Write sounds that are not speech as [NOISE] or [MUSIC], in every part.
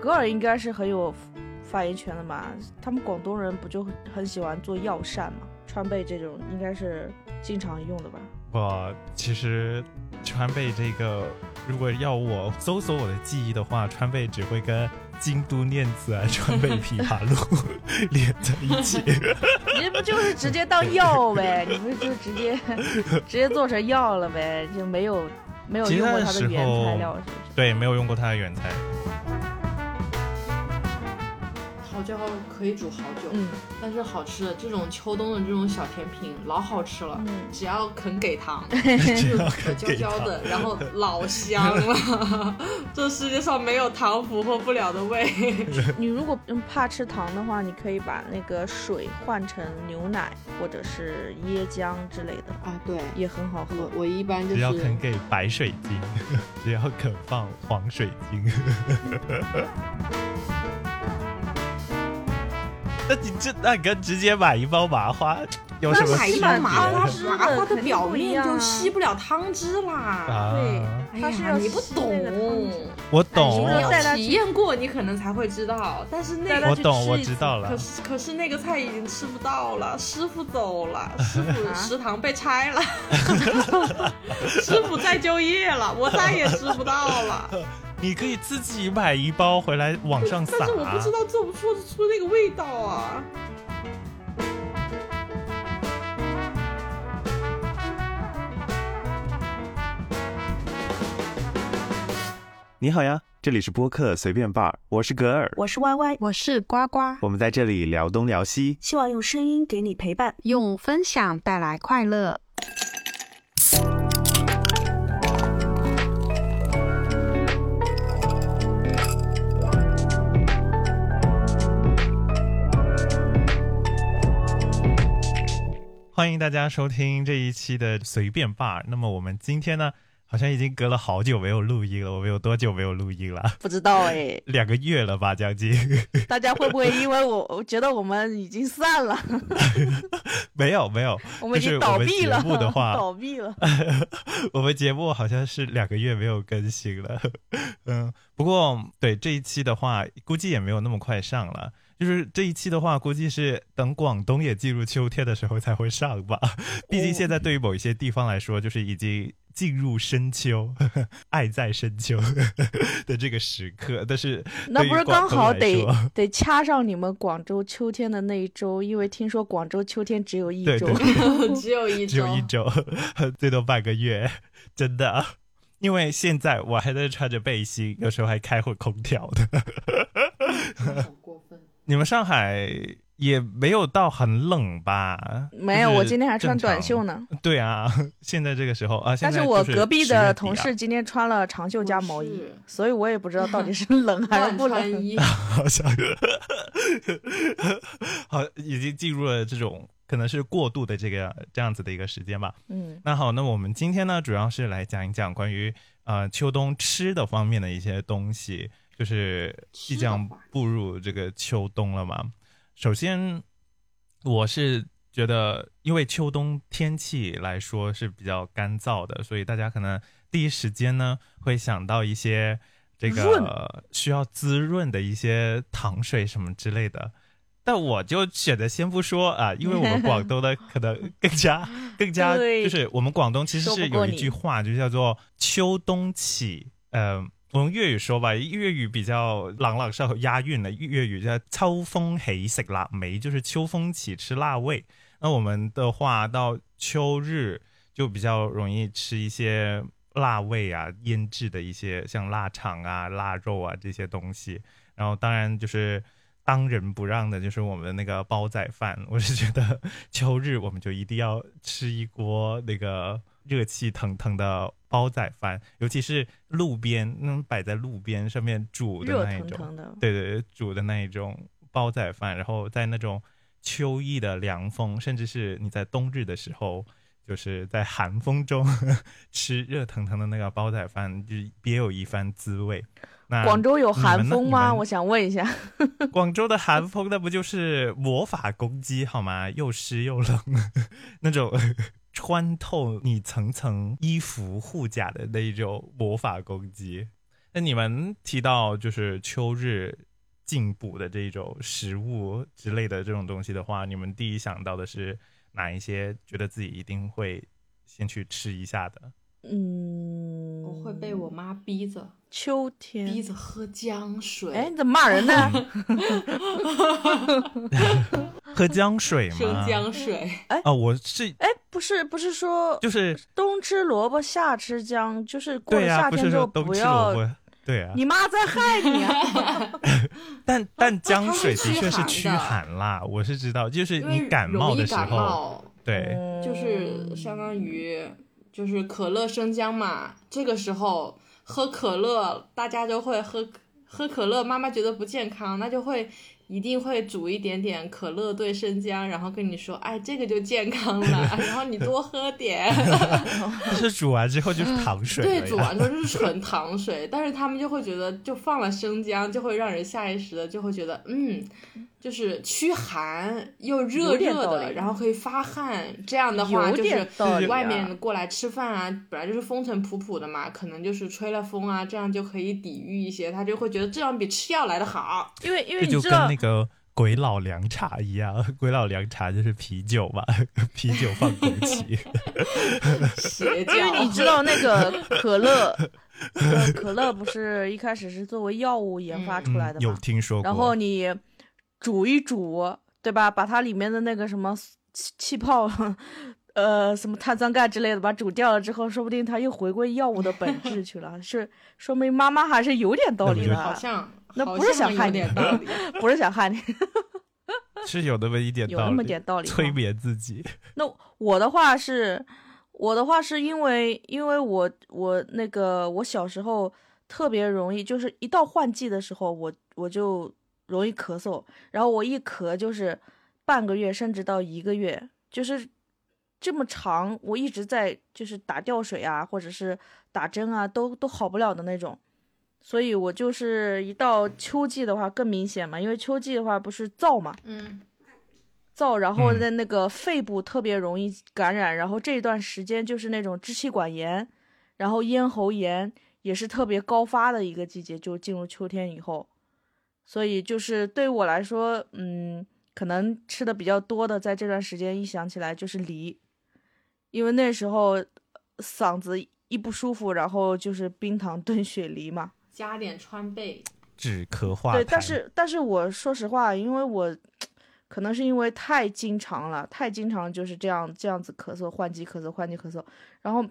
格尔应该是很有发言权的吧？他们广东人不就很喜欢做药膳嘛？川贝这种应该是经常用的吧？我其实川贝这个，如果要我搜索我的记忆的话，川贝只会跟京都念子啊、川贝枇杷露 [LAUGHS] 连在一起。你不就是直接当药 [LAUGHS] 呗？你不就直接直接做成药了呗？就没有没有其实用那过它的时原材候料是不 [LAUGHS] 对，没有用过它的原材。 [LAUGHS] 桃胶可以煮好久，是？嗯但是好吃的这种秋冬的这种小甜品老好吃了，嗯，只要肯给糖，只要可肯焦给焦糖的，然后老香了。 [LAUGHS] 这世界上没有糖俘获不了的味。你如果嗯怕吃糖的话，你可以把那个水换成牛奶或者是椰浆之类的，啊，对也很好喝我。我一般就只要是肯给白水晶， [LAUGHS] 只要肯放黄水晶。 [LAUGHS] 那你这那跟直接买一包麻花有什么买区别一包般麻花，是麻花的肯定表不一面样就啊吸不了汤汁啦。啊？哎它是呀，要你不吸那个懂汤汁，我你懂哎，要带它去体验过，你可能才会知道。但是带那它我个去懂，吃我一知次道可了。是可是那个菜已经吃不到了，师傅走了，师啊 [LAUGHS] 傅食堂被拆 [LAUGHS] 了，师傅在就业了，我再也吃不 [LAUGHS] 到了。你可以自己买一包回来往上撒。但是我不知道做不做得出那个味道啊。你好呀，这里是播客随便 bar，我是格尔，我是歪歪，我是呱呱，我们在这里聊东聊西。希望用声音给你陪伴。用分享带来快乐。欢迎大家收听这一期的随便 bar。那么我们今天呢，好像已经隔了好久没有录音了，我们有多久没有录音了？不知道哎，两个月了吧，将近。 [LAUGHS] 大家会不会因为我我觉得我们已经散了，没有没有， [LAUGHS] 我们已就经是倒我们闭节了？目的话 [LAUGHS] 倒闭了。 [LAUGHS] 我们节目好像是两个月没有更新了， [LAUGHS] 嗯，不过对这一期的话，估计也没有那么快上了。就是这一期的话，估计是等广东也进入秋天的时候才会上吧。 [LAUGHS] 毕竟现在对于某一些地方来说，就是已经进入深秋， [LAUGHS] 爱在深秋的这个时刻。但是那对于不是刚广东来好得说 [LAUGHS] 得掐上你们广州秋天的那一周，因为听说广州秋天只有一对周对。对 [LAUGHS] 只有一只有一周， [LAUGHS] 最多半个月， [LAUGHS] 真的。因为现在我还在穿着背心，有时候还开会空调的。好过分。 [LAUGHS] 你们上海也没有到很冷吧？ [LAUGHS] 没有，就是我今天还穿短袖正呢。常。对啊， [LAUGHS] 现在这个时候啊，但现在我就是隔壁10月底的啊同事今天穿了长袖加毛衣我是，所以我也不知道到底是 [LAUGHS] 冷还是乱不冷。穿衣， [LAUGHS] 好像 [LAUGHS] 好已经进入了这种可能是过渡的这个这样子的一个时间吧。嗯，那好，那我们今天呢，主要是来讲一讲关于呃秋冬吃的方面的一些东西，就是呃即将步入这个秋冬了嘛。首先，我是觉得，因为秋冬天气来说是比较干燥的，所以大家可能第一时间呢会想到一些这个需要滋润的一些糖水什么之类的。但我就选择先不说啊，因为我们广东呢可能更加更加对就是我们广东其实说是不过有一你句话，就叫做“秋冬起”。呃，我用粤语说吧，粤语比较朗朗上口，押韵的粤语叫“秋风起食腊梅”，就是秋风起吃腊味。那我们的话，到秋日就比较容易吃一些辣味啊，腌制的一些像腊肠啊、腊肉啊这些东西。然后当然就是当仁不让的，就是我们的那个煲仔饭。 [LAUGHS] 我是觉得秋日我们就一定要吃一锅那个热气腾腾的煲仔饭，尤其是路边那种摆在路边上面煮的热那一腾种。腾的。对对，对，煮的那一种煲仔饭，然后在那种秋意的凉风，甚至是你在冬日的时候，就是在寒风中 [LAUGHS] 吃热腾腾的那个煲仔饭，就是别有一番滋味。那广州有啊你们寒呢风你吗？们我想问一下。广州的寒风，那不就是魔法攻击好吗？又湿又冷，那种 [LAUGHS] 穿透你层层衣服护甲的那一种魔法攻击。那你们提到就是秋日进补的这种食物之类的这种东西的话，你们第一想到的是哪一些？觉得自己一定会先去吃一 [LAUGHS] 下的？嗯，我会被我妈逼着秋天逼着喝姜水。 [LAUGHS] 哎，你怎么骂 [LAUGHS] 人呢？喝姜水吗？生姜水，啊，我是哎，不是，不是说就是冬吃萝卜夏吃姜，就是过了对呀、夏不天是之后说冬不吃要萝。卜。对啊，你妈在害你啊！哦但但姜它会水的确驱是寒驱的寒啦，我是知道，就是因你为感冒容易的时感候，冒，对，嗯就是相当于就是可乐生姜嘛。这个时候喝可乐，大家都会喝喝可乐。妈妈觉得不健康，那就会一定会煮一点点可乐兑生姜，然后跟你说，哎，这个就健康了， [LAUGHS] 然后你多喝点。就是煮完之后嗯就是糖水了呀。对，煮完 [LAUGHS] 之后就是纯糖水，但是他们就会觉得，就放了生姜，就会让人下意识的就会觉得，嗯，就是驱寒又热有点热道的，理然后可以发汗，这样的话有就点是道理外啊面过来吃饭啊，本来就是风尘仆仆的嘛，可能就是吹了风啊，这样就可以抵御一些，他就会觉得这样比吃药来的好。因为因为这你就知跟道那，个鬼佬凉茶一样，鬼佬凉茶就是啤酒嘛， [LAUGHS] 啤酒放枸杞，邪教，因为你知道那个可乐，呃可乐不是一开始是作为药物研发 [LAUGHS] 出来的嗯有嘛？听说过？然后你煮一煮，对吧？把它里面的那个什么气气泡， [LAUGHS] 呃，什么碳酸钙之类的，把它煮掉了之后，说不定它又回归药物的本质去了。是说明妈妈还是有点道那不理就的，好像那好不是像想害有你啊点道理。不是想害你，是有那么一点有道理，那么点道理吗。啊催眠自己。那我的话是，我的话是因为因为我我那个我小时候特别容易，就是一到换季的时候，我我就容易咳嗽，然后我一咳就是半个月甚至到一个月，就是这么长，我一直在就是打吊水啊，或者是打针啊，都都好不了的那种。所以我就是一到秋季的话更明显嘛，因为秋季的话不是燥嘛，嗯，燥，然后嗯在那个肺部特别容易感染，然后这一段时间就是那种支气管炎，然后咽喉炎也是特别高发的一个季节，就进入秋天以后，所以就是对我来说，嗯，可能吃的比较多的，在这段时间一想起来就是梨，因为那时候呃嗓子一不舒服，然后就是冰糖 [LAUGHS] 炖雪梨嘛，加点川贝，止咳化痰对，但是但是我说实话，因为我可能是因为太经常了，太经常就是这样这样子咳嗽，换季咳嗽，换季咳嗽。然后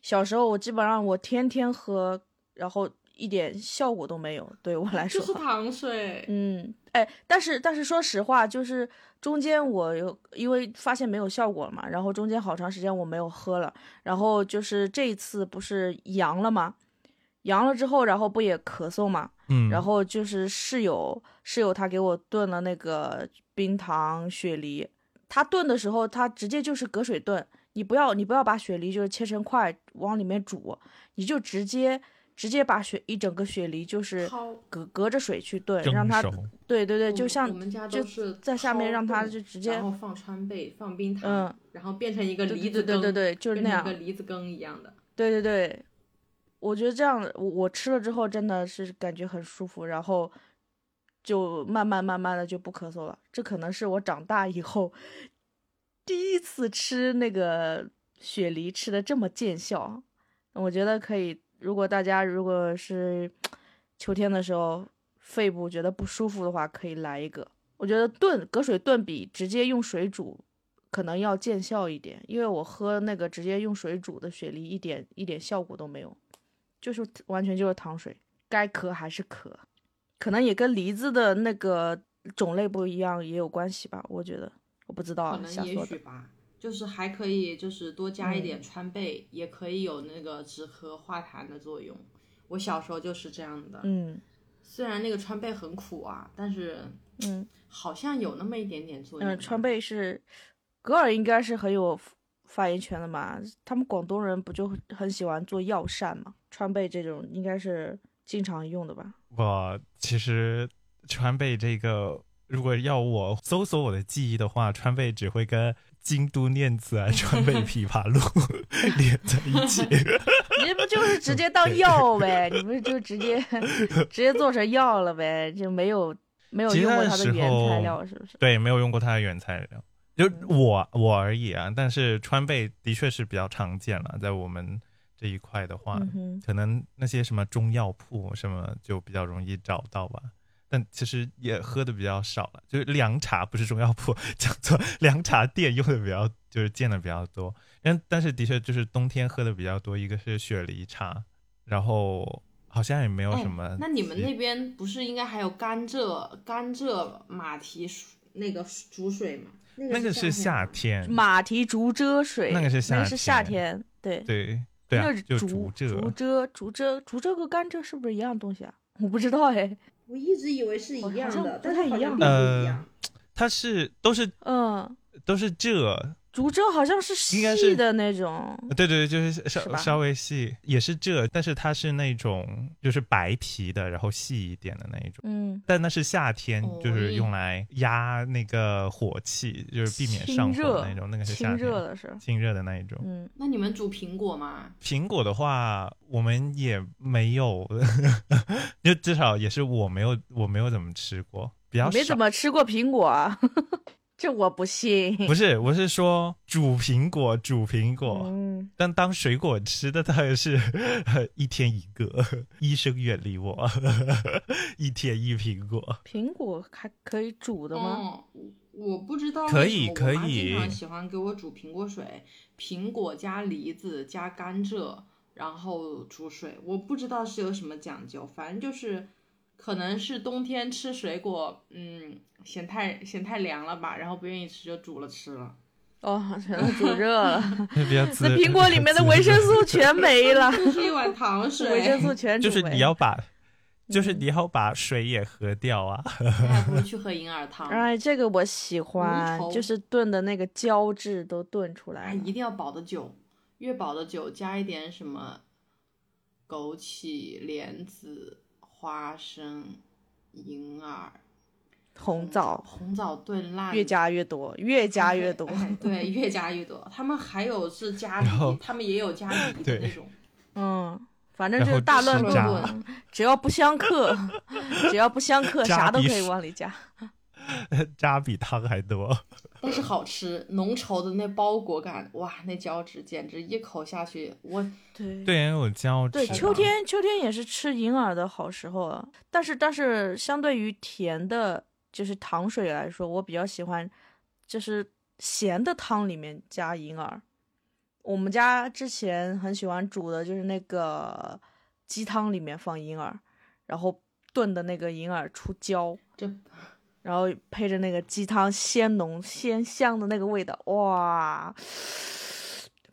小时候我基本上我天天喝，然后一点效果都没有，对我来说。就是糖水。嗯，哎，但是但是说实话，就是中间我有因为发现没有效果了嘛，然后中间好长时间我没有喝了，然后就是这一次不是阳了吗？阳了之后，然后不也咳嗽嘛，嗯，然后就是室友，室友他给我炖了那个冰糖雪梨，他炖的时候他直接就是隔水炖，你不要你不要把雪梨就是切成块往里面煮，你就直接直接把雪一整个雪梨就是掏隔隔着水去炖，蒸让它熟对对对，我就们像嗯我们家就都是在下面掏让它洞就直接然后放川贝，放冰糖，嗯，然后变成一个对梨对子对羹，对对，就是变那成样，一个梨子羹一样的。对对对，我觉得这样我我吃了之后真的是感觉很舒服，然后就慢慢慢慢的就不咳嗽了。这可能是我长大以后第一次吃那个雪梨吃的这么见效，我觉得可以。如果大家如果是秋天的时候肺部觉得不舒服的话，可以来一个。我觉得炖隔水炖比直接用水煮可能要见效一点，因为我喝那个直接用水煮的雪梨一点一点效果都没有，就是完全就是糖水，该咳还是咳，可能也跟梨子的那个种类不一样也有关系吧，我觉得我不知道可啊，瞎能也说许的。吧，就是还可以，就是多加一点嗯川贝，也可以有那个止咳化痰的作用。我小时候就是这样的，嗯虽然那个川贝很苦啊，但是嗯好像有那么一点点作用吧。嗯，川贝是格尔应该是很有发言权的嘛，他们广东人不就很喜欢做药膳嘛，川贝这种应该是经常用的吧？ [LAUGHS] 我其实川贝这个，如果要我搜索我的记忆的话，川贝只 [LAUGHS] 会跟京都念慈啊、川贝枇杷露连在一起。你不就是直接当药呗？你不就直接直接做成药了呗？就没有没有其实用那过它的时原材候料，是不是？ [LAUGHS] 对，没有用过它的原材料，就我我而已啊。但是川贝的确是比较常见了，在我们这一块的话，嗯哼，可能那些什么中药铺什么就比较容易找到吧。但其实也喝的比较少了，就是凉茶不是中药铺， [LAUGHS] 讲错，凉茶店用的比较就是见的比较多。但但是的确就是冬天喝的比较多，一个是雪梨茶，然后好像也没有哎什么其。那你们那边不是应该还有甘蔗、甘蔗马蹄水那个煮水吗？那个那个是是夏天天，马蹄竹遮水，嗯那个是夏那是夏天天，对，对对啊那是，就竹竹竹蔗，遮竹遮竹遮和甘蔗是不是一样东西啊？我不知道哎，吗，我一直以为是一样哦好像的不，但太是好一样像并不一呃样。，它是都是嗯，都是蔗，竹遮好像是应该细是的那种，对对对，就是嗯是稍吧稍微细，也是蔗，但是它是那种就是白皮的，然后细一点的那一种。嗯，但那是夏天哦，就是用来压那个火气，就是避免上清火热那种。那个是夏清天热的是，清热的那一种。嗯，那你们煮苹果吗？苹果的话，我们也没有， [LAUGHS] 就至少也是我没有，我没有怎么吃过，比较你没少怎。么吃过苹果啊， [LAUGHS] 这我不信。不是，我是说煮苹果，煮苹果，嗯，但当水果吃的当然是 [LAUGHS] 一天一个，医生远离我， [LAUGHS] 一天一苹果。苹果还可以煮的吗？哦，我不知道为可什以么可我妈以经常喜欢给我煮苹果水，苹果加梨子加甘蔗，然后煮水。我不知道是有什么讲究，反正就是可能是冬天吃水果，嗯，嫌太嫌太凉了吧，然后不愿意吃就煮了吃了。 [LAUGHS] 哦， [LAUGHS] 全都煮热了，那比较 [LAUGHS] [LAUGHS] 自那苹果里面的维生素全没了，就是一碗糖维生 [LAUGHS] 水，素全煮 [LAUGHS] 就是没你要把，就是你要把水也喝掉啊。 [LAUGHS] 你还哎不如去喝银耳汤。哎，这个我喜欢头，就是炖的那个胶质都炖出来哎，了一定要保的久，越保的久，加一点什么枸杞、莲子、花生、银耳、红枣红枣炖烂，越加越多，越加越多。哎 [LAUGHS] 对，越加越多。他们还有是加梨然后，他们也有加梨的对那种嗯，反正然就是后大乱吃炖炸炖，只要不相克，只要不相克，炸啥都比可以水往里加。渣比汤还多。但是好吃，浓稠的那包裹感，哇，那胶质简直一口下去，我对对，因为我教对，吃秋嘛天秋天也是吃银耳的好时候啊。但是但是，相对于甜的，就是糖水来说，我比较喜欢就是咸的汤里面加银耳。我们家之前很喜欢煮的就是那个鸡汤里面放银耳，然后炖的那个银耳出胶，这然后配着那个鸡汤鲜浓鲜香的那个味道，哇，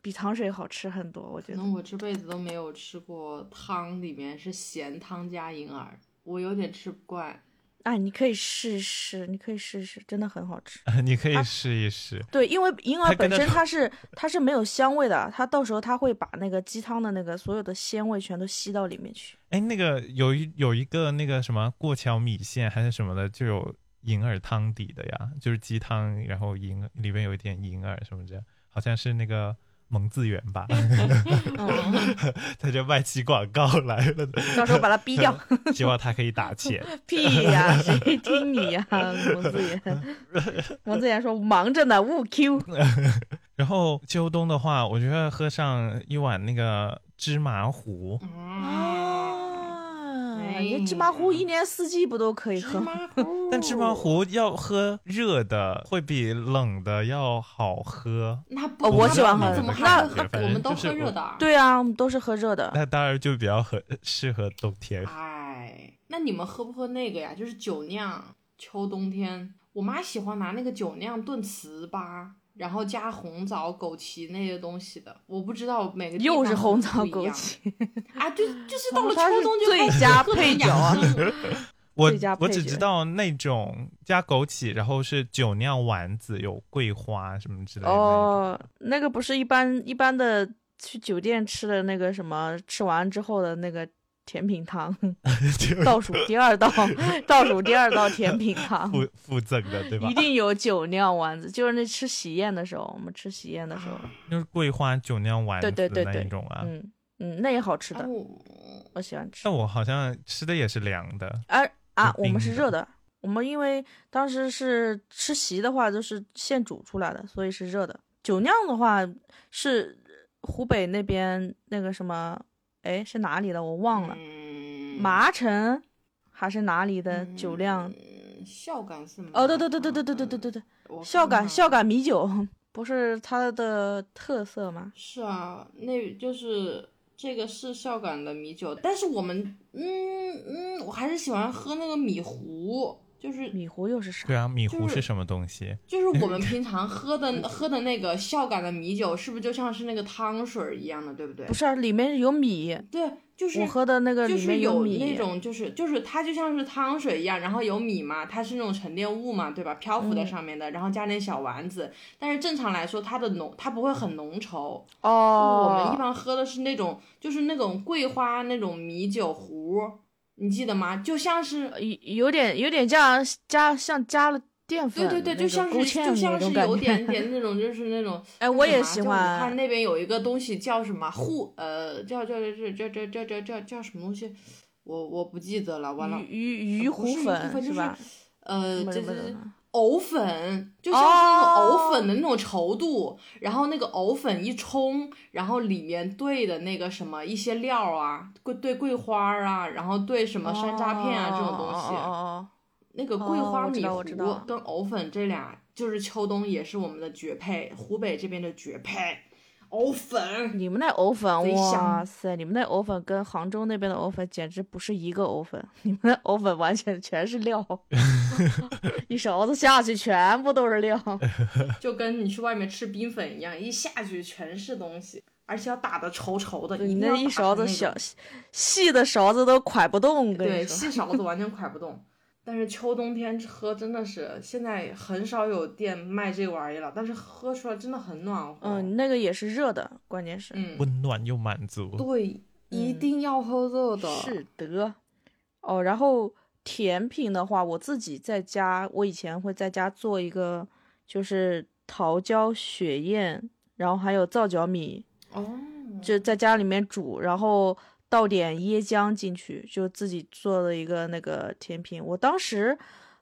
比糖水好吃很多，我觉可得。能我这辈子都没有吃过汤里面是咸汤加银耳，我有点吃不惯。哎，你可以试试，你可以试试，真的很好吃。 [LAUGHS] 你可以它试一试。对，因为银耳它本跟身那种它是它是没有香味的，它到时候它会把那个鸡汤的那个所有的鲜味全都吸到里面去。哎，那个有一有一个那个什么过桥米线还是什么的，就有银耳汤底的呀，就是鸡汤，然后银里面有一点银耳什么这样，好像是那个蒙自源吧，嗯， [LAUGHS] 他就卖起广告来了，到 [LAUGHS] 时候把它逼掉。希望他可以打钱。屁呀、谁听你呀、王自言， [LAUGHS] 王自言说忙着呢，勿 [LAUGHS] Q。然后秋冬的话，我觉得喝上一碗那个芝麻糊，啊，啊哎，这芝麻糊一年四季不都可以喝芝吗？麻糊，但芝麻糊要喝热的，会比冷的要好喝。那不哦我喜欢那喝怎么还那会喝？我们都喝热的啊。对啊，我们都是喝热的。那当然就比较合适合冬天。哎，那你们喝不喝那个呀？就是酒酿，秋冬天，我妈喜欢拿那个酒酿炖糍粑，然后加红枣、枸杞那些东西的。我不知道每个地方又是红枣不一枸样杞，啊，就就是到了它秋是冬就最开始佳各种配角啊养生。我最佳我配只角知道那种加枸杞，然后是酒酿丸子，有桂花什么之类的那种。哦，那个不是一般一般的去酒店吃的那个什么，吃完之后的那个甜品 [LAUGHS] 汤，就倒数第二 [LAUGHS] 道，倒数第二道甜品汤，附附赠的，对吧一？定有酒酿丸子，就是那吃喜宴的时候，我们吃喜宴的时候，就是桂花酒酿丸对子对对的那对一种啊。嗯，嗯，那也好吃的，哦我喜欢吃但。我好像吃的也是凉的，而啊，是我们冰是的热的，我们因为当时是吃席的话，就是现煮出来的，所以是热的。酒酿的话是湖北那边那个什么，哎，是哪里的我忘了，嗯，麻城还是哪里的酒酿？嗯，孝感是吗？哦，对对对对对对对对对对，我孝看感看孝感米酒不是它的特色吗？是啊，那就是这个是孝感的米酒，但是我们，嗯嗯，我还是喜欢喝那个米糊，就是米糊又是啥对？啊，米糊就是嗯是什么东西？就是我们平常喝的喝的那个孝感的米酒，是不是就像是那个汤水儿一样的，对不对？不是啊，里面有米，对，就是我喝的那个就里是面有米。那种就是就是它就像是汤水一样，然后有米嘛，它是那种沉淀物嘛，对吧？漂浮在嗯上面的，然后加点小丸子。但是正常来说，它的浓它不会很浓稠。哦，我们一般喝的是那种就是那种桂花那种米酒壶，你记得吗？就像是呃有有点有点像加像加了淀粉对那对种勾对，芡就的那像种是感觉，[LAUGHS] 就像是有点点那种就是那 [LAUGHS] 种哎那我什也么啊喜就武欢汉那边有一个东西叫什么沪呃叫叫叫叫叫叫叫叫叫什么东西，我我不记得了，完了。鱼鱼鱼不是糊鱼糊粉粉就是吧？呃，什么就什么是的藕粉，就像是那种藕粉的那种稠度，哦然后那个藕粉一冲，然后里面兑的那个什么一些料啊，桂兑桂花啊，然后兑什么山楂片啊、这种东西，哦哦哦那个桂花米哦糊我知道我知道跟藕粉这俩就是秋冬也是我们的绝配，湖北这边的绝配，藕哦粉。你们那藕粉贼，香哇塞！你们那藕粉跟杭州那边的藕粉简直不是一个藕粉，你们那藕粉完全全是 [LAUGHS] 料，一勺子下去全部都是料。就跟你去外面吃冰粉一样，一下去全是东西，而且要打的稠稠的，你定要那一打勺成子那种小细的勺子都蒯不动，我跟对，你说。细勺子完全蒯不动。但是秋冬天喝真的是，现在很少有店卖这玩意儿了，但是喝出来真的很暖和。嗯，那个也是热的，关键是。嗯温暖又满足。对，一嗯定要喝热的。是的，哦，然后甜品的话，我自己在家，我以前会在家做一个，就是桃胶雪燕，然后还有皂角米，哦，就在家里面煮，然后倒点椰浆进去，就自己做了一个那个甜品。我当时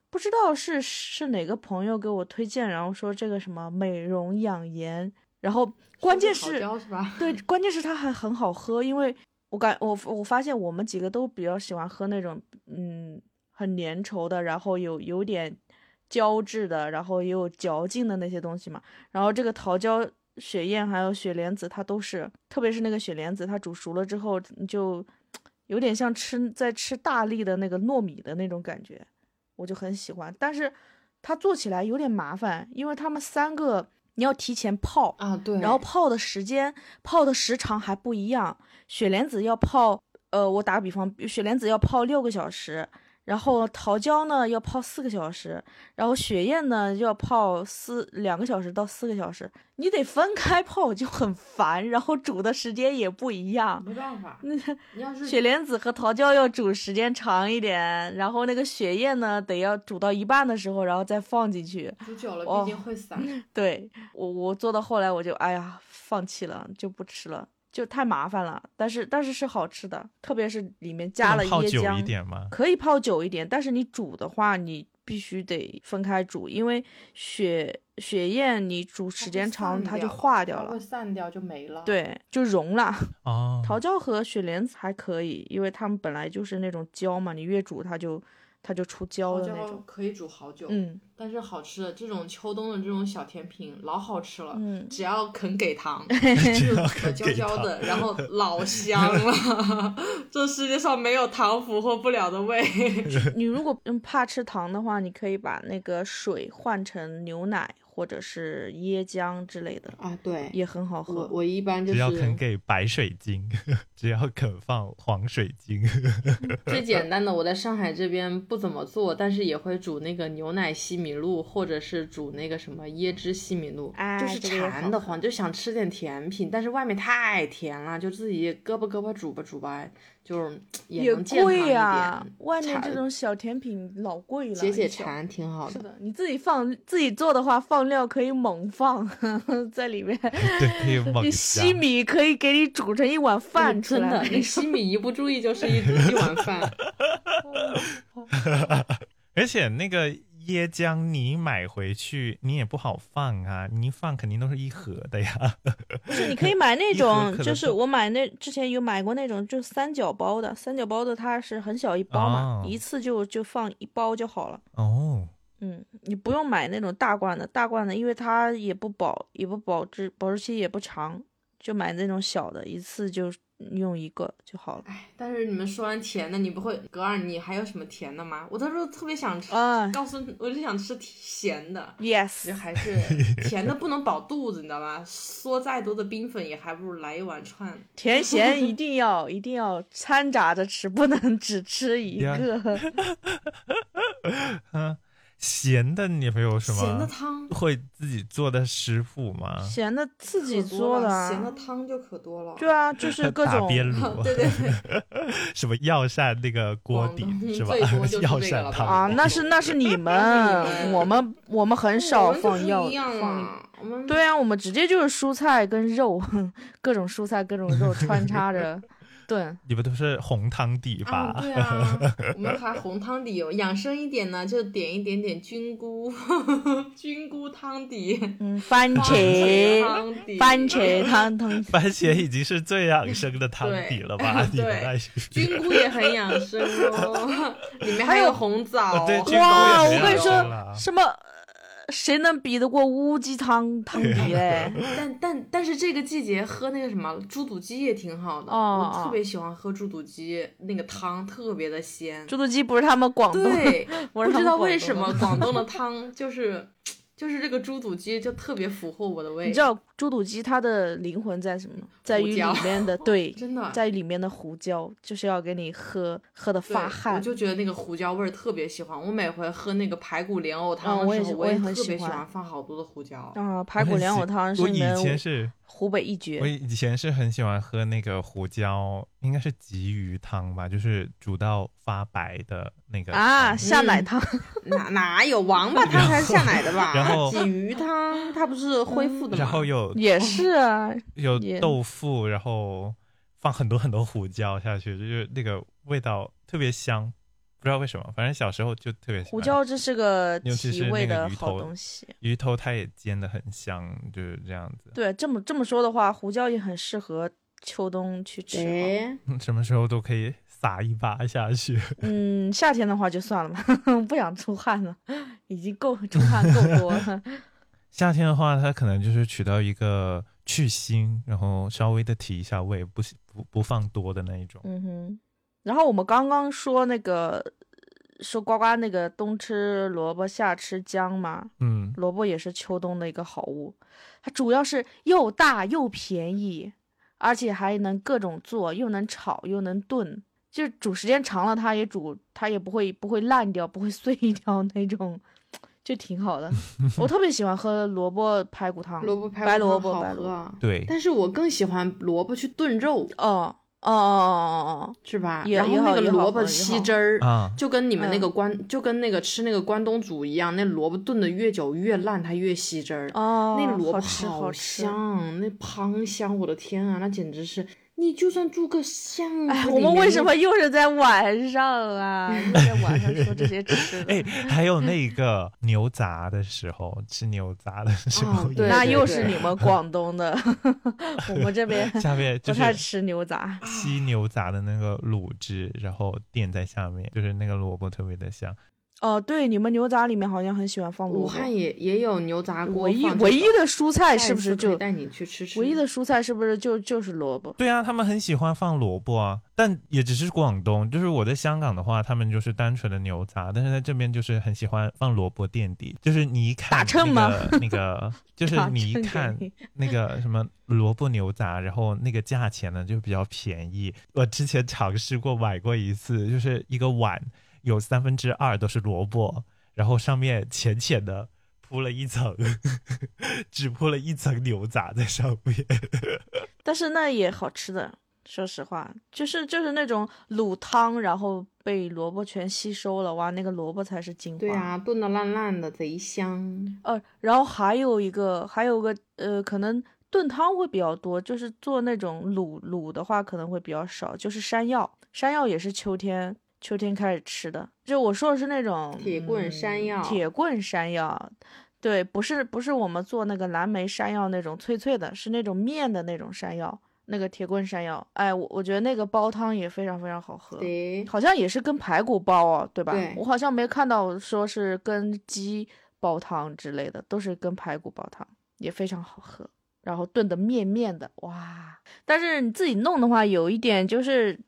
不知道是是哪个朋友给我推荐，然后说这个什么美容养颜，然后关键是是桃胶是吧？对，关键是它还很好喝，因为我感我我发现我们几个都比较喜欢喝那种嗯很粘稠的，然后有有点胶质的，然后也有嚼劲的那些东西嘛。然后这个桃胶雪燕还有雪莲子，它都是，特别是那个雪莲子，它煮熟了之后你就有点像吃在吃大粒的那个糯米的那种感觉，我就很喜欢。但是它做起来有点麻烦，因为它们三个你要提前泡。啊，对。然后泡的时间、泡的时长还不一样。雪莲子要泡，呃，我打个比方，雪莲子要泡六个小时，然后桃胶呢要泡四个小时，然后雪燕呢要泡四两个小时到四个小时，你得分开泡就很烦，然后煮的时间也不一样。没办法，那你要是雪莲子和桃胶要煮时间长一点，然后那个雪燕呢得要煮到一半的时候，然后再放进去。煮久了，哦毕竟会散。对我，我做到后来我就哎呀，放弃了，就不吃了，就太麻烦了。但是但是是好吃的，特别是里面加了不能泡椰久浆，一点吗？可以泡久一点，但是你煮的话，你必须得分开煮，因为雪雪燕你煮时间长它就化掉它会了，散掉就没了。，对，就融了。哦，桃胶和雪莲子还可以，因为它们本来就是那种胶嘛，你越煮它就它就出胶桃的胶那种。可以煮好久。，嗯但是好吃的这种秋冬的这种小甜品老好吃了，嗯，只要肯 [LAUGHS] 给糖，只要可肯焦给焦糖 [LAUGHS] 的，然后老香了。这世界上没有糖俘获不了的 [LAUGHS] 味。你如果嗯怕吃糖的话，你可以把那个水换成牛奶或者是椰浆之类的，啊，对，也很好我喝。我一般就只要肯是给白水晶，只要肯放黄水晶， [LAUGHS] 最简单的，我在上海这边不怎么做，但是也会煮那个牛奶西米露，或者是煮那个什么椰汁西米露，哎就是这个也好馋的慌，就想吃点甜品，但是外面太甜了，就自己胳膊胳膊煮吧煮吧，就是也能健康一贵点，啊，外面馋这种小甜品老贵了，解解你想馋挺好是的。的，你自己放自己做的话，放料可以猛放 [LAUGHS] 在里面。对，可以往你下西米可以给你煮成一碗饭出真来。的， [LAUGHS] 那西米一不注意就是一一碗饭。而且那个椰浆你买回去，你也不好放啊，你一放肯定都是一盒的呀。 [LAUGHS] 就是你可以买那一盒可种，能就是都我买那之前有买过那种，就三角包的，三角包的它是很小一包嘛，哦一次就就放一包就好了。哦，嗯，你不用买那种大罐的，大罐的因为它也不保，也不保质，保质期也不长，就买那种小的，一次就用一个就好了。但是你们说完甜的，你不会格尔，你还有什么甜的吗？我当时特别想吃，啊告诉我就想吃咸的。其实 [LAUGHS] ，yes，还是 [LAUGHS] 甜的不能饱肚子，你知道吧？嗦再多的冰粉也还不如来一碗串。甜咸一定要一定要掺杂着吃，不能只吃一 Yeah 个。嗯，咸的你会有什么？咸的汤会自己做的师傅吗？ [LAUGHS] 咸的自己可多做的了，啊，咸的汤就可多了。对啊，就是各打种边炉， [LAUGHS] 对对对， [LAUGHS] 什么药膳那个锅底广东是吧最多就是？这 [LAUGHS] 个药了吧膳汤啊，那是那是你们那是你，们我们我们很少我们就放药不一样放。了，我们对啊，我们直接就是蔬菜跟肉， [LAUGHS] 各种蔬菜各种肉穿插着 [LAUGHS] 炖。你们都是红汤底吧？啊，对啊，我们还红汤底哦，养生一点呢，就点一点点菌菇， [LAUGHS] 菌菇汤底，嗯，番番茄茄汤底，番茄汤 [LAUGHS] 汤。番茄已经是最养生的汤底了吧？对 [LAUGHS] 你们那是菌菇也很养生 [LAUGHS] 哦，里面还还有有红枣，呃对菌菇哇，也我是跟你这样啊啦说，什么呃谁能比得过乌鸡汤汤 [LAUGHS] 底哎嘞？但但但是这个季节喝那个什么猪肚鸡也挺好的，哦我特别喜欢喝猪肚鸡，那个汤特别的鲜。猪肚鸡不是他们广东的，对， [LAUGHS] 我不是他们知道广为东什的么广东的汤就是就是这个猪肚鸡就特别俘获我的胃，你知道猪肚鸡它的灵魂在什么？在于椒里面 [LAUGHS] 的对，真的在于里面的胡椒，就是要给你喝喝的对发我汗。就觉得那个胡椒味儿特别喜欢。我每回喝那个排骨莲藕汤嗯我的也时是候，我也也很特喜别喜欢欢放好多的胡椒。啊，排骨莲藕汤是我你以们前是湖北一我绝。以前是很喜欢喝那个胡椒，应该是鲫鱼汤吧，就是煮到发白的那个啊，汤下奶汤，嗯 [LAUGHS] 哪哪有王八汤才是下奶的吧？然后鲫鱼汤它不是恢复的吗？然后有也是 [LAUGHS] 啊，有也豆腐，然后放很多很多胡椒下去，就是那个味道特别香，不知道为什么，反正小时候就特别喜欢胡椒这是个 [LAUGHS] 尤其是提味那个的鱼好头东西。鱼头它也煎的很香，就是这样子。对，这么这么说的话，胡椒也很适合秋冬去吃啊哈。哎，嗯 [LAUGHS] 什么时候都可以撒一把下去。嗯，夏天的话就算了吧， [LAUGHS] 不想出汗了，已经够出汗够多 [LAUGHS] 了。夏天的话，它可能就是取到一个去腥，然后稍微的提一下味，不不不放多的那一种。嗯哼，然后我们刚刚说那个说呱呱那个冬吃萝卜夏吃姜嘛，嗯，萝卜也是秋冬的一个好物，它主要是又大又便宜，而且还能各种做，又能炒又能炖，就是煮时间长了它也煮它也不会不会烂掉，不会碎掉那种，就挺好的。我特别喜欢喝萝卜排骨汤，萝卜排骨白汤萝卜好白萝卜，喝啊，对，但是我更喜欢萝卜去炖肉，哦哦哦哦哦是吧？也然后也好那个也好萝卜也好吸汁儿， [LAUGHS] 啊，就跟你们那嗯个关，就跟那个吃那个关东煮一样，那萝卜炖的越久越烂，它越吸汁儿。哦哦，那萝卜好吃好吃。香，那汤香，我的天啊，那简直是！你就算住个巷子哎，里我们为面什么又是在晚上啦？又在晚上说这些吃的 [LAUGHS] 哎，，还有那个牛杂的时候，吃牛杂的时候哦也，对那对又对是你们广东的， [LAUGHS] 我们这边下面不就太是吃牛杂。吸牛杂的那个卤汁，然后垫在下面，就是那个萝卜特别的香。哦，对，你们牛杂里面好像很喜欢放武萝卜。汉也也有牛杂锅唯一放这唯一个的蔬菜下是一不次是可以就带你去吃吃？唯一的蔬菜是不是就就是萝卜？对啊，他们很喜欢放萝卜啊，但也只是广东。就是我在香港的话，他们就是单纯的牛杂，但是在这边就是很喜欢放萝卜垫底，就是你一看打秤吗那个那个，就是 [LAUGHS] 打你一秤给看你那个什么萝卜牛杂，然后那个价钱呢就比较便宜。我之前尝试过买过一次，就是一个碗有三分之二都是萝卜，然后上面浅浅的铺了一层， [LAUGHS] 只铺了一层牛杂在上面。但是那也好吃的，说实话，就是就是那种卤汤，然后被萝卜全吸收了，哇，那个萝卜才是精华。对啊，炖的烂烂的，贼香。呃，然后还有一个，还有个呃，可能炖汤会比较多，就是做那种卤卤的话可能会比较少，就是山药，山药也是秋天秋天开始吃的，就我说的是那种铁棍山嗯药铁棍山药，对，不是不是我们做那个蓝莓山药那种脆脆的，是那种面的那种山药，那个铁棍山药，哎，我我觉得那个煲汤也非常非常好喝，对，好像也是跟排骨煲哦，对吧？对我好像没看到说是跟鸡煲汤之类的，都是跟排骨煲汤，也非常好喝。然后炖的面面的，哇！但是你自己弄的话，有一点就是，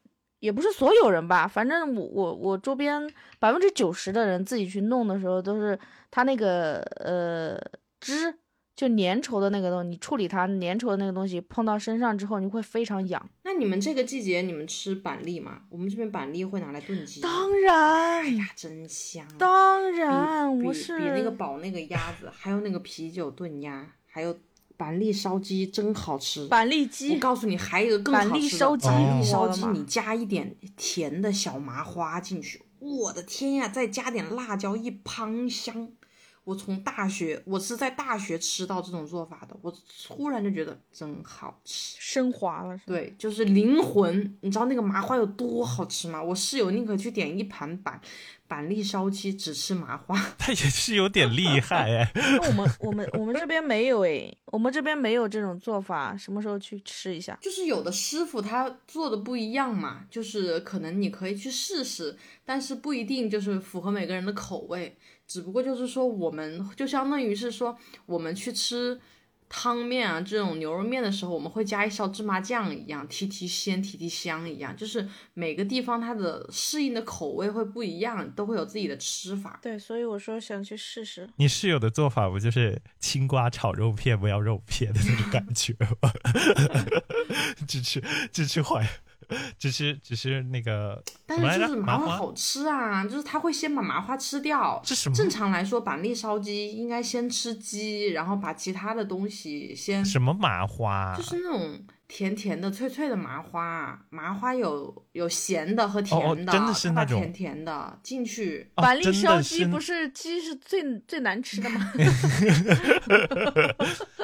也不是所有人吧，反正我我我周边百分之九十的人自己去弄的时候，都是他那个呃汁，就粘稠的那个东西，你处理它粘稠的那个东西碰到身上之后，你会非常痒。那你们这个季节你们吃板栗吗？我们这边板栗会拿来炖鸡。当然，哎呀，真香！嗯当比然，比我是比那个煲那个鸭子，还有那个啤酒炖鸭，还有板栗烧鸡，真好吃。板栗我鸡，告诉你，还有一个更好嗯板吃的栗烧鸡板栗哦烧我的鸡妈你加一点甜的小麻花进去，我的天呀！再加点辣椒，一喷香。我从大学，我是在大学吃到这种做法的，我突然就觉得真好吃。升华了是 [LAUGHS] 吧？对，就是灵魂。你知道那个麻花有多好吃吗？我室友宁可去点一盘板板栗烧鸡，只吃麻花。 [LAUGHS] 他也是有点厉害哎。那我们我们我们这边没有诶，我们这边没有这种做法，什么时候去吃一下？就是有的师傅他做的不一样嘛，就是可能你可以去试试，但是不一定就是符合每个人的口味。只不过就是说，我们就相当于是说，我们去吃汤面啊这种牛肉面的时候，我们会加一勺芝麻酱一样，提提鲜、提提香一样，就是每个地方它的适应的口味会不一样，都会有自己的吃法。对，所以我说想去试试。你室友的做法不就是青瓜炒肉片不要肉片的那种感觉吗？ [LAUGHS] 只吃只吃淮，只吃只吃那个但什么来是着就是麻麻花花好吃啊，就是他会先把麻花吃掉，这什么正常来说，板栗烧鸡应该先吃鸡，然后把其他的东西先，什么麻花啊，就是那种甜甜的、脆脆的麻花，麻花有有咸的和甜哦的，真的是它把那种甜甜的进去。哦板栗烧鸡真的不是鸡是最最难吃的 [LAUGHS] 吗？ [LAUGHS]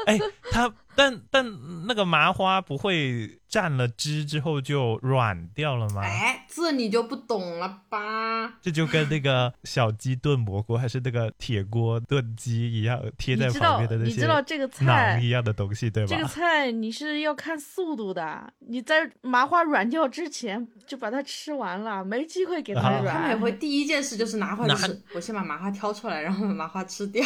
哎，它但但那个麻花不会蘸了汁之后就软掉了吗？哎，这你就不懂了吧？这就跟那个小鸡炖蘑菇还是那个铁锅炖鸡一样，贴你在知旁道边的那你些知道这个囊菜一样的东西，对吧？这个菜你是要看速度的，你在麻花软掉之前就把它吃完了，没机会给它啊软。他们也会第一件事就是拿回拿来吃，我先把麻花挑出来，然后把麻花吃 [LAUGHS] 掉。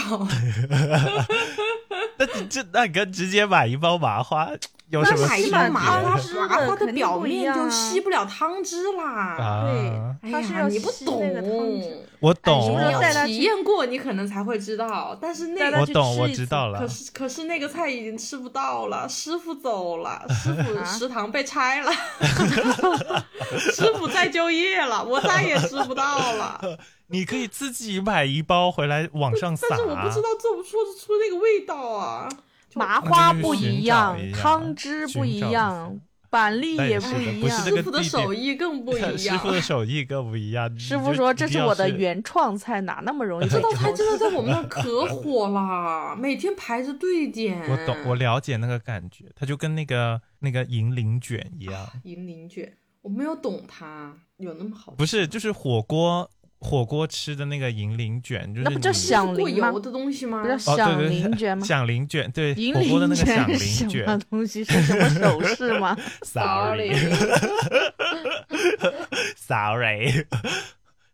那你这那你跟直接买一包麻花有什么那买买区一一别包包碗麻花，汤汁的麻花的肯定表不一面样就啊吸不了汤汁啦。啊？哎对，它是呀，要你不吸懂那个汤汁。我哎懂你，你要带有它体去验过，你可能才会知道。但是那带个它我去懂，吃我一知次道了可。是可是那个菜已经吃不到了，师傅走了， [LAUGHS] 师傅啊食堂被拆了， [LAUGHS] 师傅再就业了，我再也吃不到了。你可以自己买一包回来往上撒。但是我不知道做不做得出那个味道啊。麻花不寻一找样一，下汤汁不寻一找一样，板栗那也也是不的一不是样 [LAUGHS] 这。个师傅的地手点艺更不一 [LAUGHS] 样。师傅的手艺更不一样。 [LAUGHS] 师你傅就说：“一这定是要我的原创菜，哪那么容易这被道抄菜袭真的在 [LAUGHS] 我们那儿可火了，每天排着队点。我懂，我了解那个感觉，它就跟那个那个银铃卷一样，银鳞卷，我没有懂它有那么好吃吗。不是就是火锅火锅吃的那个银铃卷，就是那不叫你响过铃吗油？的东西吗不？叫哦响对对铃卷吗？ [LAUGHS] 响铃卷对，银火锅的铃那个卷响铃是什么卷东西？是什么手势 [LAUGHS] 吗？ ，sorry。sorry。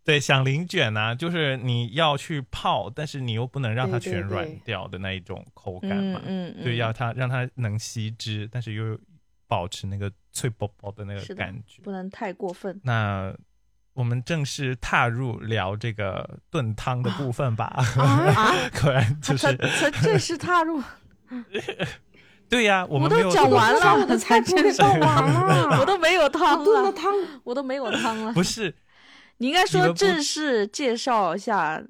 对，响铃卷呢、就是你要去泡，但是你又不能让它对对全对软掉的那一种口感嗯嘛，嗯嗯，对，要它让它能吸汁，但是又保持那个脆薄薄的那是的个感觉。不能太过分。那我们正式踏入聊这个炖汤的部 [LAUGHS] 分吧。 [LAUGHS] 啊果然就才是才正式踏入，对呀、 [LAUGHS] 我们没有都讲完我了，的菜才谱正给式倒完了， [LAUGHS] 我都没有汤我炖的了，汤我都没有汤了。不是你应该你说们不正式介绍一下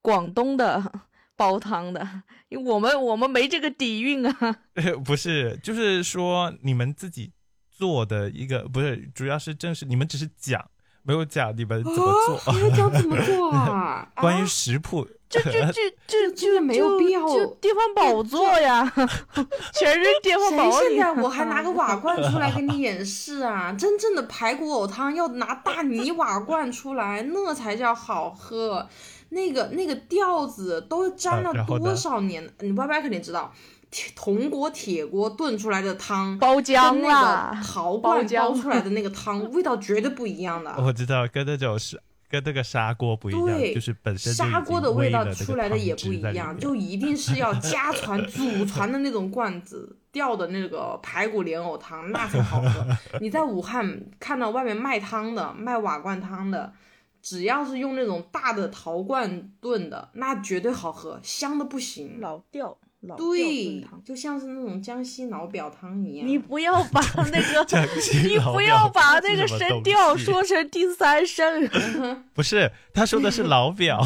广东的 [LAUGHS] 煲汤的，因 [LAUGHS] 为我们我们没这个底蕴啊。不是，就是说你们自己做的一个，不是，主要是正是你们只是讲，没有讲你们怎么做。？啊、你要讲怎么做啊 [LAUGHS] 关于啊食谱，就就就 [LAUGHS] 就这真的就没有就必要就地方宝座呀，全是地方宝谁座。现在我还拿个瓦罐出来给你演示 [LAUGHS] 啊！真正的排骨藕汤要拿大泥瓦罐出来，那才叫好喝。那个那个调子都沾啊了然后呢多少年？你 Y Y 肯定知道，铁铜锅铁锅炖出来的汤，包浆啊跟那啦 [LAUGHS] 个，陶包罐浆包出来的那个汤，味道绝对不一 [LAUGHS] 样的。 [LAUGHS] 我知道跟那种是跟那个砂锅不一样，对，就是本身就已砂锅经的味煨道了那个出来的汤也汁不一在里样，面 [LAUGHS] 就一定是要家传、 [LAUGHS] 祖传的那种罐子吊的那个排骨莲藕汤，那才好喝。你在武汉看到外面卖汤的、卖瓦罐汤的，只要是用那种大的陶罐炖的，那绝对好喝，香的不行。老调老调炖对汤，就像是那种江西老表汤一样。你不要把那讲 [LAUGHS] 个，起你老不表要把是那个什么声东调西说成第三声。不是，他说的是老表，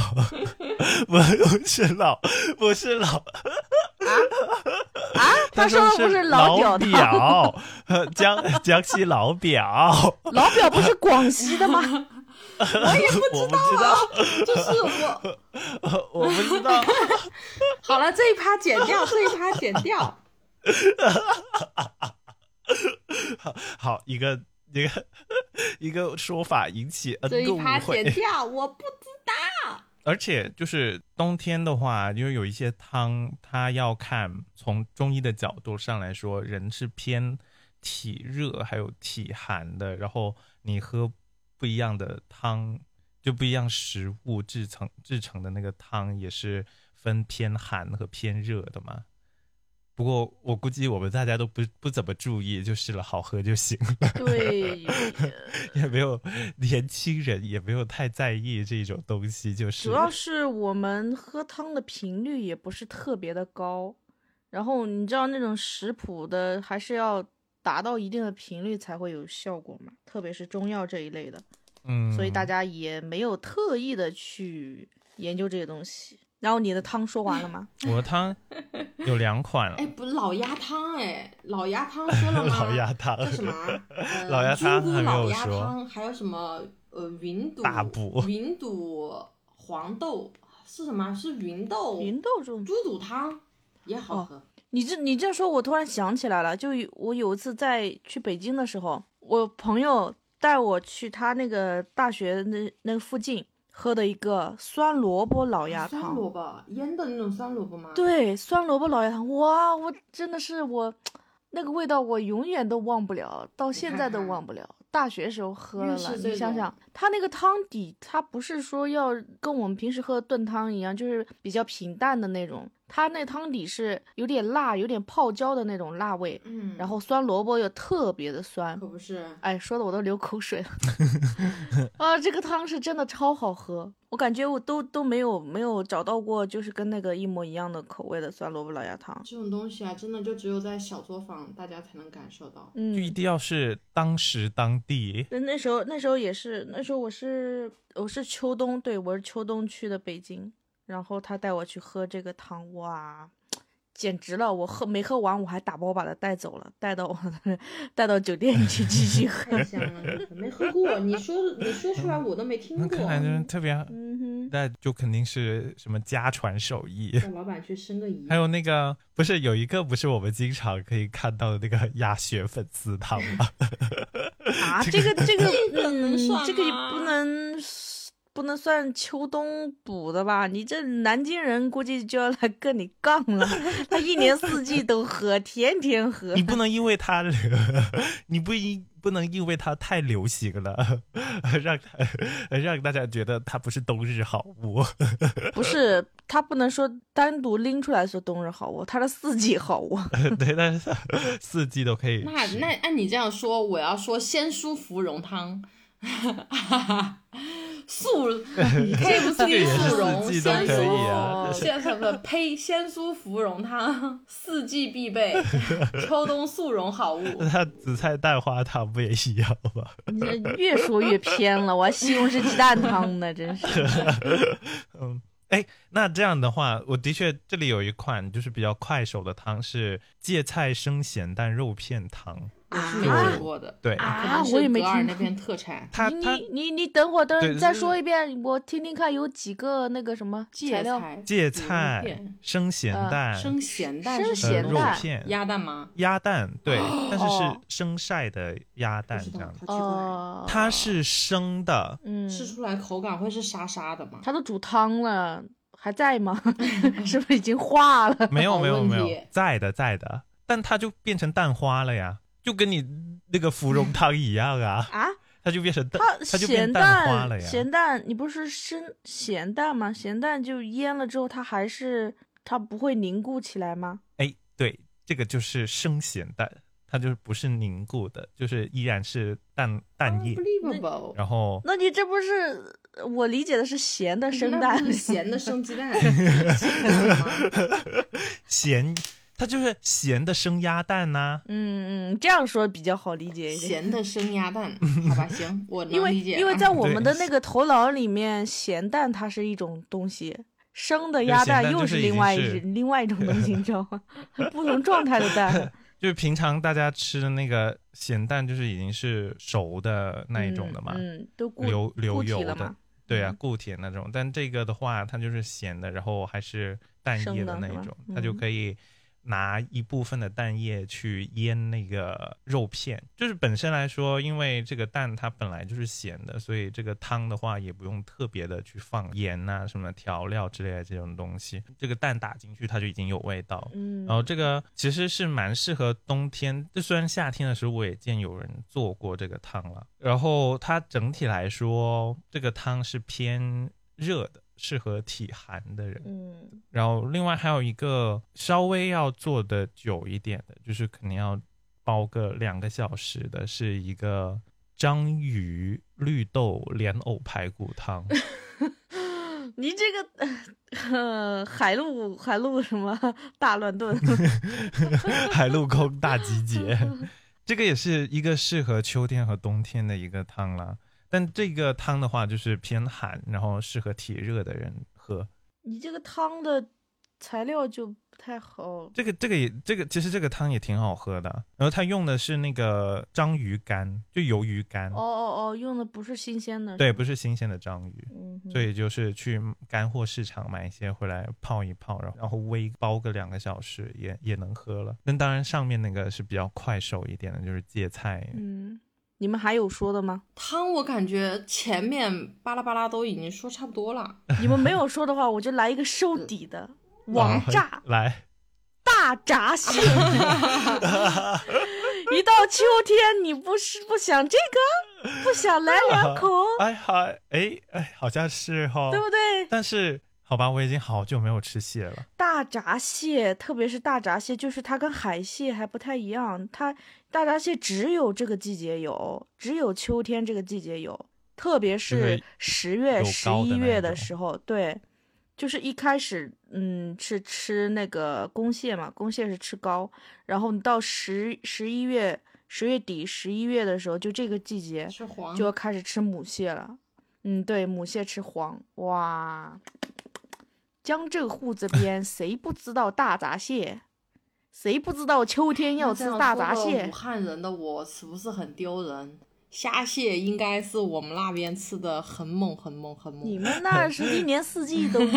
[LAUGHS] 不是老，不是老，啊 [LAUGHS] 他说的不是老表表汤，呃 [LAUGHS] 江江西老表，老表不是广西的吗？我也不知道，啊就是我 [LAUGHS] 我不知道， [LAUGHS] 好了，这一趴剪掉，这一趴剪 [LAUGHS] 掉。好一个一个 [LAUGHS] 一个说法引起 N 这个一误趴剪会，掉，我不知道。而且就是冬天的话，因为有一些汤，它要看从中医的角度上来说，人是偏体热还有体寒的，然后你喝不一样的汤，就不一样食物制成制成的那个汤也是分偏寒和偏热的嘛。不过我估计我们大家都不不怎么注意，就是了，好喝就行了。对，也没有年轻人也没有太在意这种东西，就是主要是我们喝汤的频率也不是特别的高，然后你知道那种食谱的还是要达到一定的频率才会有效果嘛，特别是中药这一类的，嗯，所以大家也没有特意的去研究这些东西。然后你的汤说完了吗？我的汤有两款了 [LAUGHS] 哎，，不，老鸭汤哎，老鸭汤说了吗？老鸭汤叫什么啊？ [LAUGHS] 呃老鸭汤猪骨还没有老鸭说汤还有什么？呃，云肚大补云肚黄豆是什么？啊是芸豆芸哦豆这种猪肚汤也好喝。你这你这说，我突然想起来了，就有我有一次在去北京的时候，我朋友带我去他那个大学那那附近喝的一个酸萝卜老鸭哦酸汤。萝卜腌的那种酸萝卜吗？，对，酸萝卜老鸭汤，哇，我真的是我那个味道，我永远都忘不了，到现在都忘不了。大学时候喝越了是啦，这你想种想，它那个汤底，它不是说要跟我们平时喝的炖汤一样，就是比较平淡的那种。它那汤底是有点辣，有点泡椒的那种辣味，嗯，然后酸萝卜又特别的酸可，不是。哎，说的我都流口水了。 [LAUGHS] 啊，这个汤是真的超好喝，我感觉我都都没有没有找到过，就是跟那个一模一样的口味的酸萝卜老鸭汤。这种东西啊，真的就只有在小作坊大家才能感受到。就一嗯，定要是当时当地那那时候那时候也是，那时候我是我是秋冬，对我是秋冬去的北京，然后他带我去喝这个汤，哇，简直了！我喝没喝完，我还打包把它带走了，带到我带到酒店去继续喝 [LAUGHS] 太。香了， [LAUGHS] 没喝过。你说你说出来我都没听那过。看来就是特别，嗯哼。那就肯定是什么家传手艺。让老板去申个遗还。有那个不是有一个不是我们经常可以看到的那个鸭血粉丝汤吗？啊，这个 [LAUGHS] 这个，嗯能算，这个也吗不能不能算秋冬补的吧？你这南京人估计就要来跟你杠了，他一年四季都喝，天天 [LAUGHS] 喝你。不能因为它，你不因不能因为它太流行了， [LAUGHS] 让它让大家觉得它不是冬日好物。 [LAUGHS] 不是，他不能说单独拎出来说冬日好物，他是四季好啊物。对，但是它四季都可以那吃。那按你这样说，我要说鲜蔬芙蓉汤，素配 [LAUGHS] 不这个是也是素蓉，四季都鲜可以蔬啊。鲜什么呸，鲜蔬芙蓉汤，四季必备，秋冬素蓉好物。 [LAUGHS] 那它紫菜蛋花汤不也一样吗？ [LAUGHS] [LAUGHS] 你这越说越偏了，我还西红柿鸡蛋汤呢，真是。 [LAUGHS] 嗯，哎，那这样的话，我的确这里有一款就是比较快手的汤是芥菜生咸蛋肉片汤，我是啊没吃过的，对，可能啊，是我也没格尔听那过。边特产。它你它你你你等会儿，等会对儿你再是说一遍，我听听看有几个那个什么材芥料。菜、芥油菜片、生咸呃蛋、生咸蛋生是什呃咸么东肉西、蛋片、鸭蛋吗？鸭蛋，对，但是是哦生晒的鸭蛋不知这道样，子，它哦，它是生的，嗯，吃出来口感会是沙沙的吗？它都煮汤了，还在吗？ [LAUGHS] 是不是已经化了？没有哦好没有问没有题，在的在的，但它就变成蛋花了呀，就跟你那个芙蓉汤一样啊，啊，它就变成蛋，它它就变咸蛋花了蛋，呀。咸蛋，你不是生咸蛋吗？咸蛋就腌了之后，它还是它不会凝固起来吗？哎，对，这个就是生咸蛋，它就是不是凝固的，就是依然是啊蛋蛋液， Unbelievable！然 [LAUGHS] 后那你这不是我理解的是咸的生那蛋不是咸的 [LAUGHS] 生鸡蛋，咸的吗咸，它就是咸的生鸭蛋呐、 [LAUGHS] 嗯嗯，这样说比较好理解一点。咸的生 [LAUGHS] 鸭蛋，好吧，行，我因能为理解。啊因为在我嗯对们的那个头脑里面，咸蛋它是一种东西，生的对鸭咸蛋蛋又就是是已另经外一是另外一种东西，你知道吗？ [LAUGHS] 不同状态的蛋。就是平常大家吃的那个咸蛋，就是已经是熟的那一种的嘛，嗯，嗯都固流流固体油了的嘛，，对啊，嗯固体的那种。但这个的话，它就是咸的，然后还是蛋生液的那是一吧种，它就嗯可以拿一部分的蛋液去腌那个肉片。就是本身来说，因为这个蛋它本来就是咸的，所以这个汤的话也不用特别的去放盐啊、什么调料之类的这种东西。这个蛋打进去，它就已经有味道了。嗯，然哦后这个其实是蛮适合冬天，就虽然夏天的时候我也见有人做过这个汤了。然后它整体来说，这个汤是偏热的，适合体寒的人。嗯 [LAUGHS] 然后另外还有一个稍微要做的久一点的，就是肯定要煲个两个小时的，是一个章鱼绿豆莲藕排骨汤。你这个呃海陆海陆什么大乱 [LAUGHS] 炖， [LAUGHS] 海陆空大集结，这个也是一个适合秋天和冬天的一个汤啦。但这个汤的话，就是偏寒，然后适合体热的人喝。你这个汤的材料就不太好。这个这个也这个，其实这个汤也挺好喝的。然后它用的是那个章鱼干，就鱿鱼干，哦哦哦，用的不是新鲜的，对，不是新鲜的章鱼。嗯哼，所以就是去干货市场买一些回来泡一泡，然后然后微煲个两个小时也也能喝了。那当然上面那个是比较快手一点的，就是芥菜，嗯，你们还有说的吗？汤我感觉前面巴拉巴拉都已经说差不多了，你们没有说的话，我就来一个收底 [LAUGHS] 的啊王炸来。大闸蟹。 [LAUGHS] 一到秋天，你不是不想这个，不想来两口，哎嗨，哎哎，好像是哈、哦，对不对？但是好吧，我已经好久没有吃蟹了。大闸蟹，特别是大闸蟹，就是它跟海蟹还不太一样，它大闸蟹只有这个季节有，只有秋天这个季节有，特别就是是十月、有十膏的一那月一的种时候，对，就是一开始，嗯，是吃那个公蟹嘛，公蟹是吃膏，然后你到十十一月、十月底、十一月的时候，就这个季节是黄就要开始吃母蟹了。嗯，对，母蟹吃黄，哇！江浙沪这 [LAUGHS] 边谁不知道大闸蟹？谁不知道秋天要那这吃样大做闸个蟹武？汉人的我是不是很丢人？虾蟹应该是我们那边吃的很猛很猛很猛。你们那是一年四季都 [LAUGHS]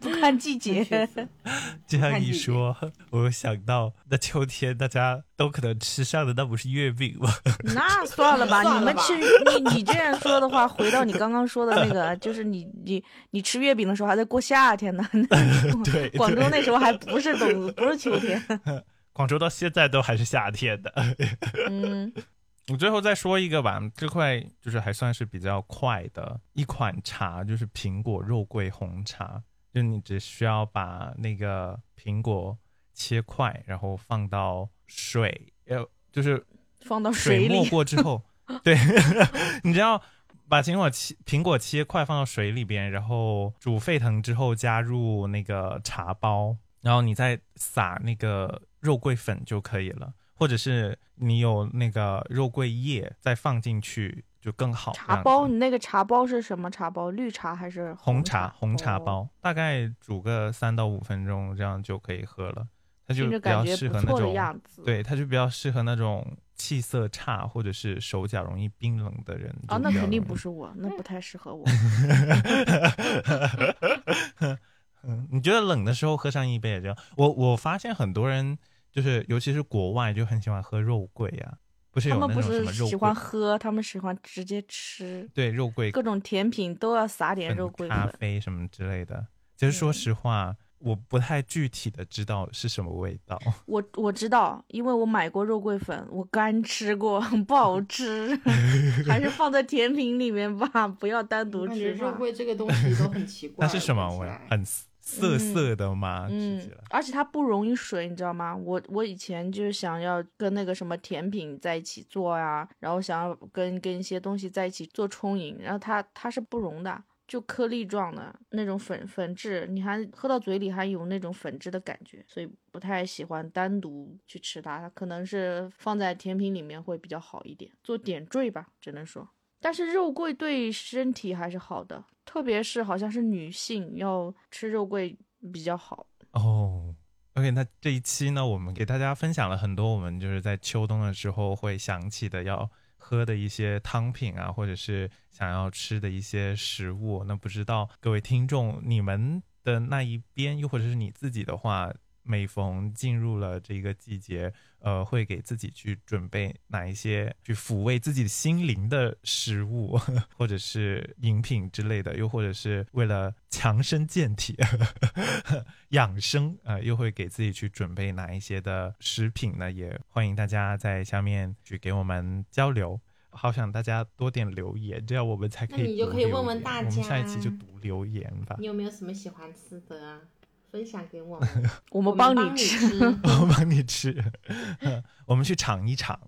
不看季节很， [LAUGHS] 缺 [LAUGHS] 乏这样看一季节说，我又想到那秋天大家都可能吃上的那不是月饼吗？ [LAUGHS] 那算了吧。算你了们吧吃你你这样说的话，回到你刚刚说的那个，就是你你你吃月饼的时候还在过夏天 [LAUGHS] 呢， [LAUGHS] 对，广州对那时候还不是冬不是秋天。 [LAUGHS] 广州到现在都还是夏天的。嗯，我最后再说一个吧，这块就是还算是比较快的一款茶，就是苹果肉桂红茶。就你只需要把那个苹果切块，然后放到水，呃，就是放到水水没里，过之 [LAUGHS] 后，对， [LAUGHS] 你只要把苹果切苹果切块放到水里边，然后煮沸腾之后加入那个茶包，然后你再撒那个肉桂粉就可以了，或者是你有那个肉桂叶再放进去就更好。这样茶子包，你那个茶包是什么茶包？绿茶还是红茶红哦茶包、大概煮个三到五分钟，这样就可以喝了。它就听着比感较觉适不合那错的种样子。，对，它就比较适合那种气色差或者是手脚容易冰冷的人啊，就那比较肯定容不易是我，那不太适合我。 [LAUGHS] 嗯，你觉得冷的时候喝上一杯也这样？我我发现很多人就是，尤其是国外就很喜欢喝肉桂呀、不是有他那们种不什是么肉喜桂？欢喝，他们喜欢直接吃，对肉桂各种甜品都要撒点粉肉桂咖粉。嗯啡什么之类的。其实说实话，我不太具体的知道是什么味道。我我知道，因为我买过肉桂粉，我干吃过， [LAUGHS] 不好 [LAUGHS] 吃，还是放在甜品里面吧，不要单独感觉吃肉吧。桂这个东西都很奇 [LAUGHS] 怪。那是什么闻起味来？很涩涩的吗？吃嗯起来，而且它不容易水，你知道吗？我我以前就想要跟那个什么甜品在一起做呀、然后想要跟跟一些东西在一起做充盈，然后它它是不溶的，就颗粒状的那种粉粉质，你还喝到嘴里还有那种粉质的感觉，所以不太喜欢单独去吃它，它可能是放在甜品里面会比较好一点，做点缀吧，只能说。但是肉桂对身体还是好的，特别是好像是女性要吃肉桂比较好。哦。OK，那这一期呢，我们给大家分享了很多我们就是在秋冬的时候会想起的要喝的一些汤品啊，或者是想要吃的一些食物。那不知道各位听众，你们的那一边，又或者是你自己的话，每逢进入了这个季节，呃，会给自己去准备哪一些去抚慰自己心灵的食物， [LAUGHS] 或者是饮品之类的，又或者是为了强身健体、 [LAUGHS] 养生啊、呃又会给自己去准备哪一些的食品呢？也欢迎大家在下面去给我们交流。好想大家多点留言，这样我们才可以那读留言。你就可以问问大家我们下一期就读留言吧你。有没有什么喜欢吃的啊？分享给我们， [LAUGHS] 我我们们帮你吃。 [LAUGHS] 我帮你吃， [LAUGHS] 我们去尝一尝，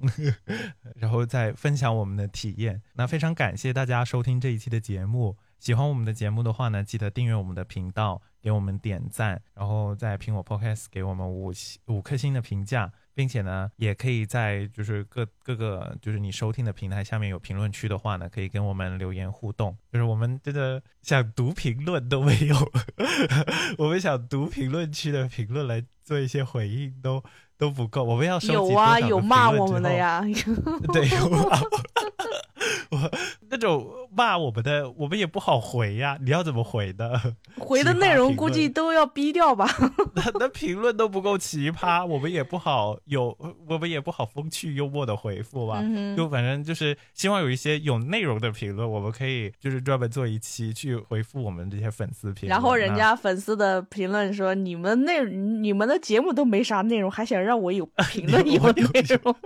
然后再分享我们的体验。那非常感谢大家收听这一期的节目。喜欢我们的节目的话呢，记得订阅我们的频道，给我们点赞，然后在苹果 Podcast 给我们五星五颗星的评价，并且呢，也可以在就是各各个就是你收听的平台下面有评论区的话呢，可以跟我们留言互动。就是我们真的想读评论都没有， [LAUGHS] 我们想读评论区的评论来做一些回应都都不够，我们要收集有多啊，少个有评骂论我之们的后 [LAUGHS] 呀， [LAUGHS] 对，我 [LAUGHS] 我那种骂我们的，我们也不好回呀。你要怎么回呢？ [LAUGHS] 回的奇葩内容评估计论都要逼掉 [LAUGHS] 吧。那那评论都不够奇葩，我们也不好有，我们也不好风趣幽默的回复吧。嗯哼，就反正就是希望有一些有内容的评论，我们可以就是专门做一期去回复我们这些粉丝评论。啊然后人那家粉丝的评论说：“你们内你们的节目都没啥内容，还想让我 [LAUGHS] 有评论你有我有内容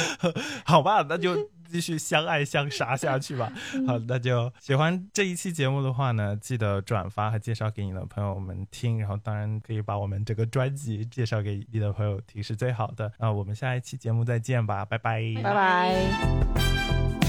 [LAUGHS] 好吧，那就继续相爱相杀下去吧。好，那就喜欢这一期节目的话呢，记得转发和介绍给你的朋友们听，然后当然可以把我们整个专辑介绍给你的朋友听是最好的。那我们下一期节目再见吧，拜拜？”。拜拜。